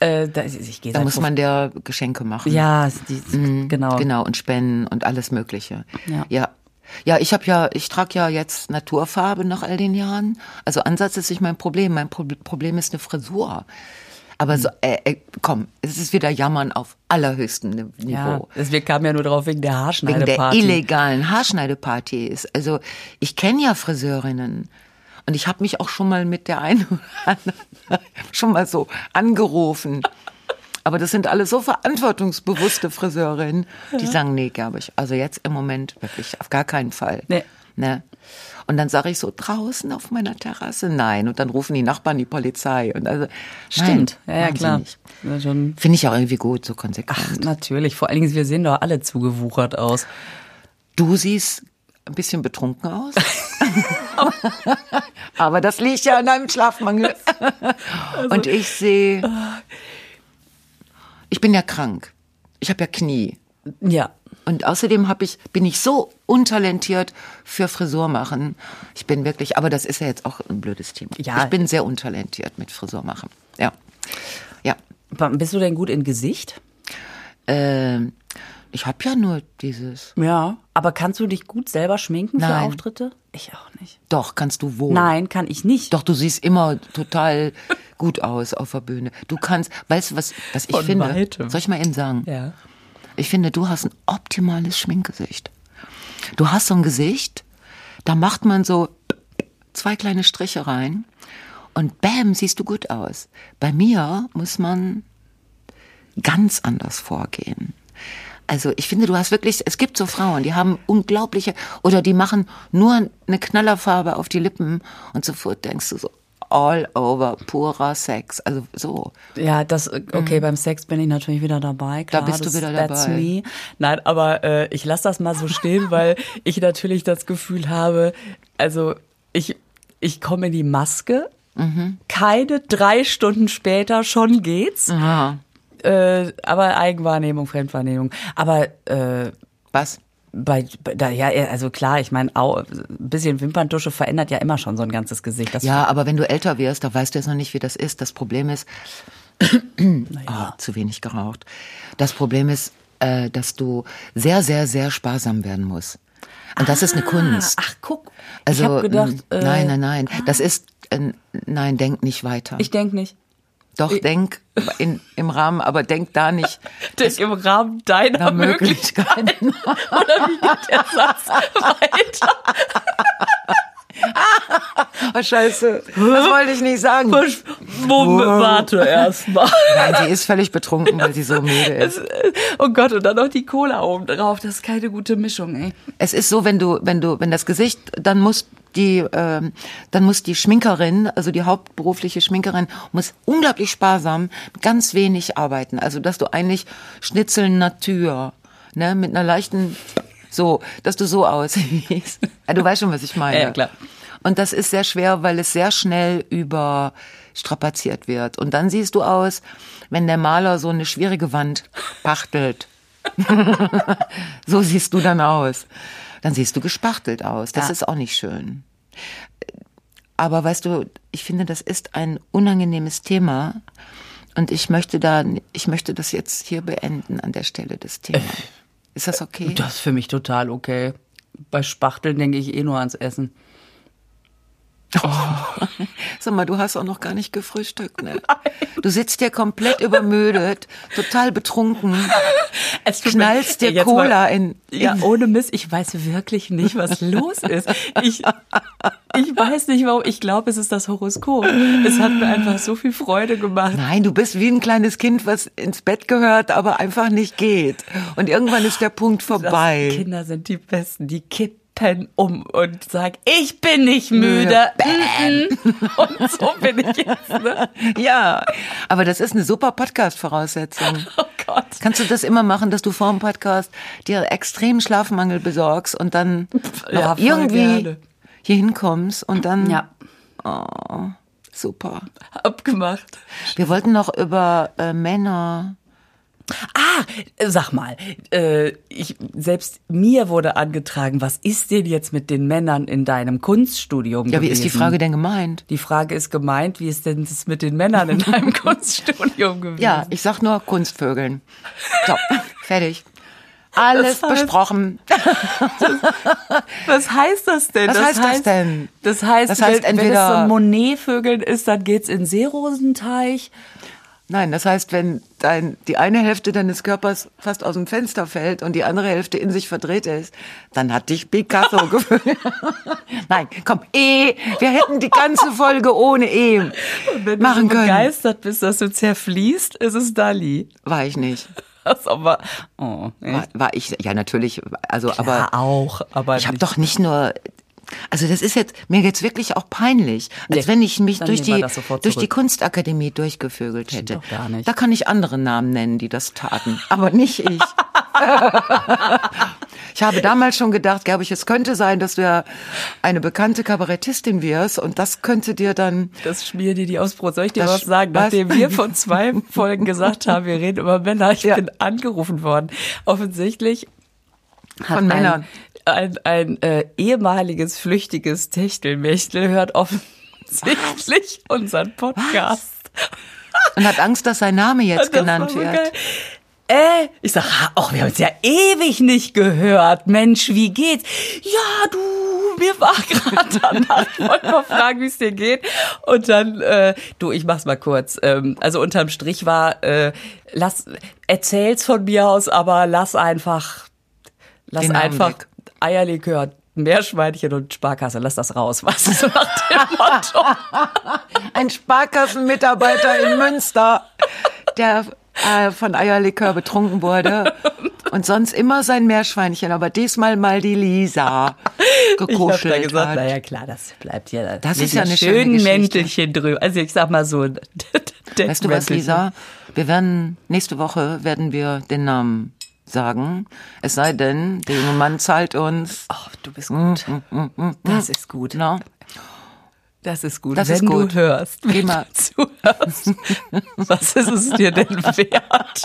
Speaker 2: äh, da, ich gehe
Speaker 1: da muss man der Geschenke machen.
Speaker 2: Ja, die, genau.
Speaker 1: Genau, und Spenden und alles Mögliche.
Speaker 2: Ja.
Speaker 1: Ja, ja ich habe ja, ich trage ja jetzt Naturfarbe nach all den Jahren. Also Ansatz ist nicht mein Problem. Mein Pro Problem ist eine Frisur. Aber
Speaker 2: Hm.
Speaker 1: so, äh, äh, komm, es ist wieder Jammern auf allerhöchstem Ni- Niveau.
Speaker 2: Ja, das, wir kamen ja nur drauf wegen der
Speaker 1: Wegen der
Speaker 2: Haarschneideparty.
Speaker 1: illegalen Haarschneideparty ist. Also ich kenne ja Friseurinnen. Und ich habe mich auch schon mal mit der einen oder anderen schon mal so angerufen. Aber das sind alles so verantwortungsbewusste Friseurinnen, die sagen, nee, glaube ich. Also jetzt im Moment wirklich auf gar keinen Fall.
Speaker 2: Nee.
Speaker 1: Ne? Und dann sage ich so, draußen auf meiner Terrasse, nein. Und dann rufen die Nachbarn die Polizei. Und also,
Speaker 2: Stimmt,
Speaker 1: nein,
Speaker 2: ja, ja
Speaker 1: machen sie
Speaker 2: klar.
Speaker 1: nicht.
Speaker 2: Ja, schon.
Speaker 1: Finde ich auch irgendwie gut, so konsequent.
Speaker 2: Ach, natürlich. Vor allen Dingen, wir sehen doch alle zugewuchert aus.
Speaker 1: Du siehst ein bisschen betrunken aus. Aber das liegt ja an deinem Schlafmangel.
Speaker 2: Also
Speaker 1: Und ich sehe. Ich bin ja krank. Ich habe ja Knie.
Speaker 2: Ja.
Speaker 1: Und außerdem hab ich, bin ich so untalentiert für Frisur machen. Ich bin wirklich, aber das ist ja jetzt auch ein blödes Thema.
Speaker 2: Ja.
Speaker 1: Ich bin sehr untalentiert mit Frisur machen. Ja. Ja.
Speaker 2: Bist du denn gut in Gesicht?
Speaker 1: Ähm, ich habe ja nur dieses.
Speaker 2: Ja. Aber kannst du dich gut selber schminken
Speaker 1: Nein.
Speaker 2: für Auftritte? Ich auch nicht.
Speaker 1: Doch, kannst du wohl.
Speaker 2: Nein, kann ich nicht.
Speaker 1: Doch, du siehst immer total gut aus auf der Bühne. Du kannst, weißt du, was, was ich
Speaker 2: Von
Speaker 1: finde?
Speaker 2: weitem.
Speaker 1: Soll ich mal eben sagen?
Speaker 2: Ja.
Speaker 1: Ich finde, du hast ein optimales Schminkgesicht. Du hast so ein Gesicht, da macht man so zwei kleine Striche rein und bam, siehst du gut aus. Bei mir muss man ganz anders vorgehen. Also ich finde, du hast wirklich, es gibt so Frauen, die haben unglaubliche, oder die machen nur eine Knallerfarbe auf die Lippen und sofort denkst du so, all over, purer Sex. Also so.
Speaker 2: Ja, das äh, okay, beim Sex bin ich natürlich wieder dabei. Klar,
Speaker 1: Mhm. bist du
Speaker 2: das,
Speaker 1: wieder
Speaker 2: That's
Speaker 1: dabei.
Speaker 2: me. Nein, aber äh, ich lasse das mal so stehen, weil ich natürlich das Gefühl habe, also ich ich komme in die Maske.
Speaker 1: Mhm.
Speaker 2: Keine drei Stunden später schon geht's. Äh, aber Eigenwahrnehmung, Fremdwahrnehmung. Aber äh,
Speaker 1: Was?
Speaker 2: bei, bei da, ja, also klar, ich meine, au- ein bisschen Wimperntusche verändert ja immer schon so ein ganzes Gesicht. Das
Speaker 1: Ja, aber wenn du älter wirst, da weißt du jetzt noch nicht, wie das ist. Das Problem ist, Ah, zu wenig geraucht. Das Problem ist, äh, dass du sehr, sehr, sehr sparsam werden musst. Und das ist eine Kunst.
Speaker 2: Ach, guck.
Speaker 1: Also,
Speaker 2: Ah, ich habe gedacht,
Speaker 1: n-
Speaker 2: äh,
Speaker 1: nein, nein, nein. Das ist, äh, nein, denk nicht weiter.
Speaker 2: ich denk nicht.
Speaker 1: Doch, denk in, im Rahmen, aber denk da nicht
Speaker 2: Das im Rahmen
Speaker 1: nach
Speaker 2: deiner
Speaker 1: Möglichkeiten.
Speaker 2: Oder wie geht der Satz weiter?
Speaker 1: Oh, scheiße. Das wollte ich nicht sagen.
Speaker 2: Moment, warte erstmal.
Speaker 1: Nein, sie ist völlig betrunken, weil sie so müde ist.
Speaker 2: Oh Gott, und dann noch die Cola oben drauf. Das ist keine gute Mischung, ey.
Speaker 1: Es ist so, wenn du, wenn du, wenn das Gesicht, dann muss die, ähm, dann muss die Schminkerin, also die hauptberufliche Schminkerin, muss unglaublich sparsam, ganz wenig arbeiten. Also dass du eigentlich Schnitzeln Natur, ne, mit einer leichten, so, dass du so aussiehst. Ja, du weißt schon, was ich meine.
Speaker 2: Ja, klar.
Speaker 1: Und das ist sehr schwer, weil es sehr schnell überstrapaziert wird. Und dann siehst du aus, wenn der Maler so eine schwierige Wand pachtelt. So siehst du dann aus. Dann siehst du gespachtelt aus. Das
Speaker 2: Ja.
Speaker 1: ist auch nicht schön. Aber weißt du, ich finde, das ist ein unangenehmes Thema. Und ich möchte da, ich möchte das jetzt hier beenden an der Stelle des Themas.
Speaker 2: Äh,
Speaker 1: Ist das okay?
Speaker 2: Das ist für mich total okay. Bei Spachteln denke ich eh nur ans Essen.
Speaker 1: Sag mal, du hast auch noch gar nicht gefrühstückt, ne? Du sitzt hier komplett übermüdet, total betrunken,
Speaker 2: Es tut mir-
Speaker 1: knallst
Speaker 2: Ey,
Speaker 1: dir
Speaker 2: jetzt mal-
Speaker 1: Cola in, in
Speaker 2: Ja, ohne Mist, ich weiß wirklich nicht, was los ist. Ich, ich weiß nicht warum. Ich glaube, es ist das Horoskop. Es hat mir einfach so viel Freude gemacht.
Speaker 1: Nein, du bist wie ein kleines Kind, was ins Bett gehört, aber einfach nicht geht. Und irgendwann ist der Punkt
Speaker 2: Das-
Speaker 1: vorbei.
Speaker 2: Kinder sind die Besten, die kippen um und sagen, ich bin nicht müde. Mhm. Und so bin ich jetzt. Ne?
Speaker 1: Ja, aber das ist eine super Podcast-Voraussetzung.
Speaker 2: Oh Gott.
Speaker 1: Kannst du das immer machen, dass du vor dem Podcast dir extrem Schlafmangel besorgst und dann
Speaker 2: ja,
Speaker 1: noch
Speaker 2: voll
Speaker 1: irgendwie
Speaker 2: gerne.
Speaker 1: hier hinkommst und dann Oh,
Speaker 2: Ja,
Speaker 1: super.
Speaker 2: abgemacht.
Speaker 1: Wir wollten noch über äh, Männer.
Speaker 2: Ah, sag mal, äh, ich, selbst mir wurde angetragen, was ist denn jetzt mit den Männern in deinem Kunststudium
Speaker 1: Ja, wie ist die
Speaker 2: gewesen?
Speaker 1: Frage denn gemeint?
Speaker 2: Die Frage ist gemeint, wie ist denn das mit den Männern in deinem Kunststudium gewesen?
Speaker 1: Ja, ich sag nur Kunstvögeln. So, fertig. Alles
Speaker 2: Das heißt-
Speaker 1: besprochen.
Speaker 2: Was heißt das denn?
Speaker 1: Was heißt das denn?
Speaker 2: Das heißt,
Speaker 1: Das heißt
Speaker 2: wenn, wenn es
Speaker 1: entweder-
Speaker 2: so ein Monet-Vögeln ist, dann geht's in den Seerosenteich.
Speaker 1: Nein, das heißt, wenn dein, die eine Hälfte deines Körpers fast aus dem Fenster fällt und die andere Hälfte in sich verdreht ist, dann hat dich Picasso gefühlt. Nein, komm, eh, wir hätten die ganze Folge ohne eh
Speaker 2: Wenn
Speaker 1: machen
Speaker 2: du so
Speaker 1: können.
Speaker 2: begeistert bist, dass du zerfließt, ist es Dali.
Speaker 1: War ich nicht.
Speaker 2: Das ist aber, oh,
Speaker 1: War,
Speaker 2: echt.
Speaker 1: war ich, ja, natürlich, also, aber
Speaker 2: ja, auch, aber
Speaker 1: Ich habe
Speaker 2: nicht-
Speaker 1: doch nicht nur. Also das ist jetzt mir jetzt wirklich auch peinlich, als
Speaker 2: Nee,
Speaker 1: wenn ich mich
Speaker 2: dann
Speaker 1: durch
Speaker 2: nehmen wir
Speaker 1: die
Speaker 2: das sofort
Speaker 1: durch die
Speaker 2: zurück.
Speaker 1: Kunstakademie durchgevögelt hätte.
Speaker 2: doch gar nicht.
Speaker 1: Da kann ich andere Namen nennen, die das taten, aber nicht ich. ich habe damals schon gedacht, glaube ich, es könnte sein, dass du ja eine bekannte Kabarettistin wirst und das könnte dir dann
Speaker 2: Das schmier dir die aufs Brot. Soll ich dir
Speaker 1: Das
Speaker 2: was sagen?
Speaker 1: was?
Speaker 2: Nachdem wir vor zwei Folgen gesagt haben, wir reden über Männer, ich
Speaker 1: Ja.
Speaker 2: bin angerufen worden. Offensichtlich hat
Speaker 1: Von
Speaker 2: ein,
Speaker 1: Männern.
Speaker 2: ein, ein äh, ehemaliges flüchtiges Techtelmechtel hört offensichtlich unseren Podcast.
Speaker 1: und hat Angst, dass sein Name jetzt
Speaker 2: Das
Speaker 1: genannt
Speaker 2: war so
Speaker 1: wird.
Speaker 2: geil. Äh, ich sag, ha, ach, wir haben uns ja ewig nicht gehört. Mensch, wie geht's? Ja, du, mir war gerade danach. Ich wollte mal fragen, wie es dir geht. Und dann, äh, du, ich mach's mal kurz. Ähm, also unterm Strich war, äh, lass, erzähl's von mir aus, aber lass einfach, lass
Speaker 1: Den Namen
Speaker 2: einfach
Speaker 1: weg.
Speaker 2: Eierlikör, Meerschweinchen und Sparkasse, lass das raus. Was ist nach dem Motto?
Speaker 1: Ein Sparkassenmitarbeiter in Münster, der äh, von Eierlikör betrunken wurde und sonst immer sein Meerschweinchen, aber diesmal mal die Lisa
Speaker 2: Ich habe da
Speaker 1: gekuschelt
Speaker 2: gesagt,
Speaker 1: hat.
Speaker 2: naja klar, das bleibt ja.
Speaker 1: Das
Speaker 2: mit
Speaker 1: ist ja
Speaker 2: den
Speaker 1: eine schöne
Speaker 2: schönen
Speaker 1: Geschichte.
Speaker 2: Mäntelchen drüber. Also ich sag mal so. ein
Speaker 1: weißt du was,
Speaker 2: Deckmäntelchen.
Speaker 1: Lisa? Wir werden nächste Woche werden wir den Namen sagen. Es sei denn, der junge Mann zahlt uns. Mm,
Speaker 2: Ach, Oh, du bist gut. Das ist gut.
Speaker 1: Na?
Speaker 2: Das ist gut.
Speaker 1: Das
Speaker 2: wenn
Speaker 1: ist gut.
Speaker 2: du hörst, wenn
Speaker 1: Immer.
Speaker 2: du zuhörst, was ist es dir denn wert?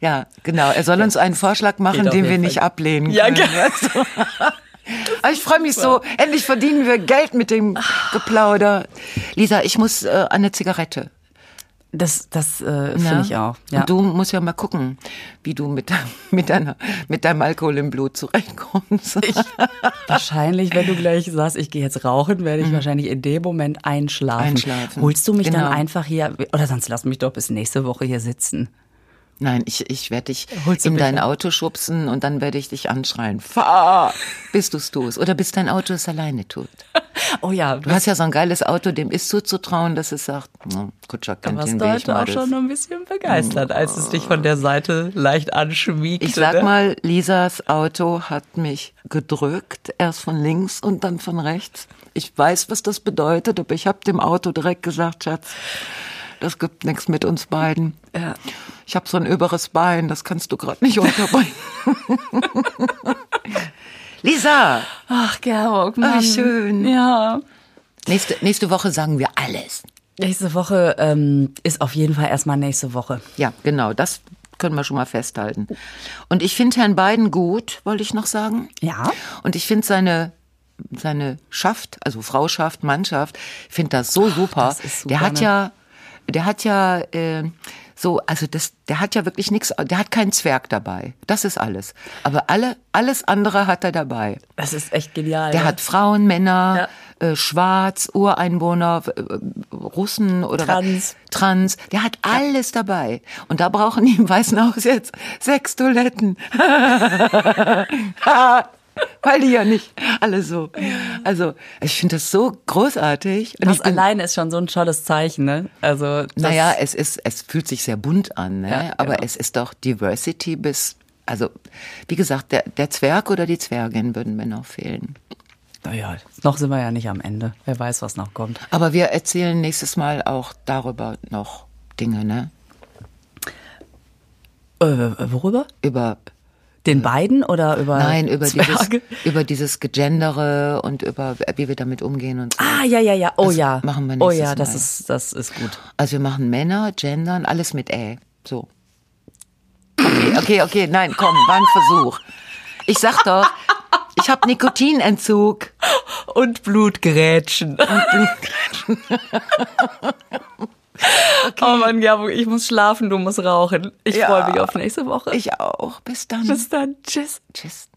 Speaker 1: Ja, genau. Er soll uns einen Vorschlag machen,
Speaker 2: Geht auf
Speaker 1: den wir
Speaker 2: jeden
Speaker 1: nicht
Speaker 2: Fall.
Speaker 1: ablehnen
Speaker 2: Ja,
Speaker 1: können.
Speaker 2: genau.
Speaker 1: weißt du? Aber ich freue mich so. Endlich verdienen wir Geld mit dem Geplauder. Lisa, ich muss äh, eine Zigarette
Speaker 2: Das, das äh, finde ich auch. Ja.
Speaker 1: Und du musst ja mal gucken, wie du mit, mit, deiner, mit deinem Alkohol im Blut zurechtkommst.
Speaker 2: ich, wahrscheinlich, wenn du gleich sagst, ich gehe jetzt rauchen, werde ich wahrscheinlich in dem Moment einschlafen.
Speaker 1: Mhm. Einschlafen.
Speaker 2: Holst du mich
Speaker 1: Genau.
Speaker 2: dann einfach hier, oder sonst lass mich doch bis nächste Woche hier sitzen.
Speaker 1: Nein, ich, ich werde dich
Speaker 2: Holst du
Speaker 1: in
Speaker 2: mich
Speaker 1: dein Auto schubsen und dann werde ich dich anschreien. Fahr! Bis du es tust. Oder bis dein Auto es alleine tut.
Speaker 2: Oh ja,
Speaker 1: Du hast ja so ein geiles Auto, dem ist zuzutrauen, dass es sagt, "Hm, Kutscher
Speaker 2: Du
Speaker 1: kennt
Speaker 2: warst
Speaker 1: den
Speaker 2: da
Speaker 1: Weg,
Speaker 2: heute auch
Speaker 1: Mädels."
Speaker 2: schon ein bisschen begeistert, als es dich von der Seite leicht anschmiegt.
Speaker 1: Ich sag
Speaker 2: ne?
Speaker 1: mal, Lisas Auto hat mich gedrückt, erst von links und dann von rechts. Ich weiß, was das bedeutet, aber ich habe dem Auto direkt gesagt, Schatz, das gibt nichts mit uns beiden.
Speaker 2: Ja.
Speaker 1: Ich habe so ein überes Bein, das kannst du gerade nicht unterbringen. Lisa,
Speaker 2: Ach, Georg, Mann.
Speaker 1: schön.
Speaker 2: Ja.
Speaker 1: nächste, nächste Woche sagen wir alles.
Speaker 2: Nächste Woche ähm, ist auf jeden Fall erstmal nächste Woche.
Speaker 1: Ja, genau, das können wir schon mal festhalten. Und ich finde Herrn Biden gut, wollte ich noch sagen.
Speaker 2: Ja.
Speaker 1: Und ich finde seine seine Schaft, also Frau Schaft, Mannschaft, finde das so super.
Speaker 2: das ist super,
Speaker 1: Der hat
Speaker 2: ne?
Speaker 1: ja, der hat ja äh, so, also das, der hat ja wirklich nichts, der hat keinen Zwerg dabei. Das ist alles. Aber alle, alles andere hat er dabei.
Speaker 2: Das ist echt genial.
Speaker 1: Der hat Frauen, Männer, äh, Schwarz, Ureinwohner, äh, Russen oder
Speaker 2: Trans.
Speaker 1: Was, Trans. Der hat alles dabei. Und da brauchen die im Weißen Haus jetzt sechs Toiletten. Weil die ja nicht alle so. Also, ich finde das so großartig. Und
Speaker 2: das
Speaker 1: ich bin-
Speaker 2: alleine ist schon so ein tolles Zeichen, ne? Also, das,
Speaker 1: naja, es ist, es fühlt sich sehr bunt an, ne?
Speaker 2: Ja,
Speaker 1: aber
Speaker 2: genau.
Speaker 1: es ist doch Diversity bis, also, wie gesagt, der, der Zwerg oder die Zwergin würden mir noch fehlen.
Speaker 2: naja, noch sind wir ja nicht am Ende. Wer weiß, was noch kommt.
Speaker 1: Aber wir erzählen nächstes Mal auch darüber noch Dinge, ne?
Speaker 2: Äh, worüber?
Speaker 1: Über
Speaker 2: Den beiden oder über
Speaker 1: nein, über
Speaker 2: Zwerge?
Speaker 1: dieses über dieses Gegendere und über wie wir damit umgehen und so.
Speaker 2: Ah, ja, ja, ja. Oh
Speaker 1: Das
Speaker 2: ja.
Speaker 1: machen wir
Speaker 2: Oh
Speaker 1: nächstes
Speaker 2: ja, das
Speaker 1: Mal.
Speaker 2: ist das ist gut.
Speaker 1: Also wir machen Männer, Gendern, alles mit ä, so. Okay, okay, okay, nein, komm, war ein Versuch. Ich sag doch, ich habe Nikotinentzug.
Speaker 2: Und Blutgerätschen. Oh Mann, Gabo, ich muss schlafen, du musst rauchen. Ich
Speaker 1: Ja.
Speaker 2: freue mich auf nächste Woche.
Speaker 1: Ich auch. Bis dann.
Speaker 2: Bis dann. Tschüss.
Speaker 1: Tschüss.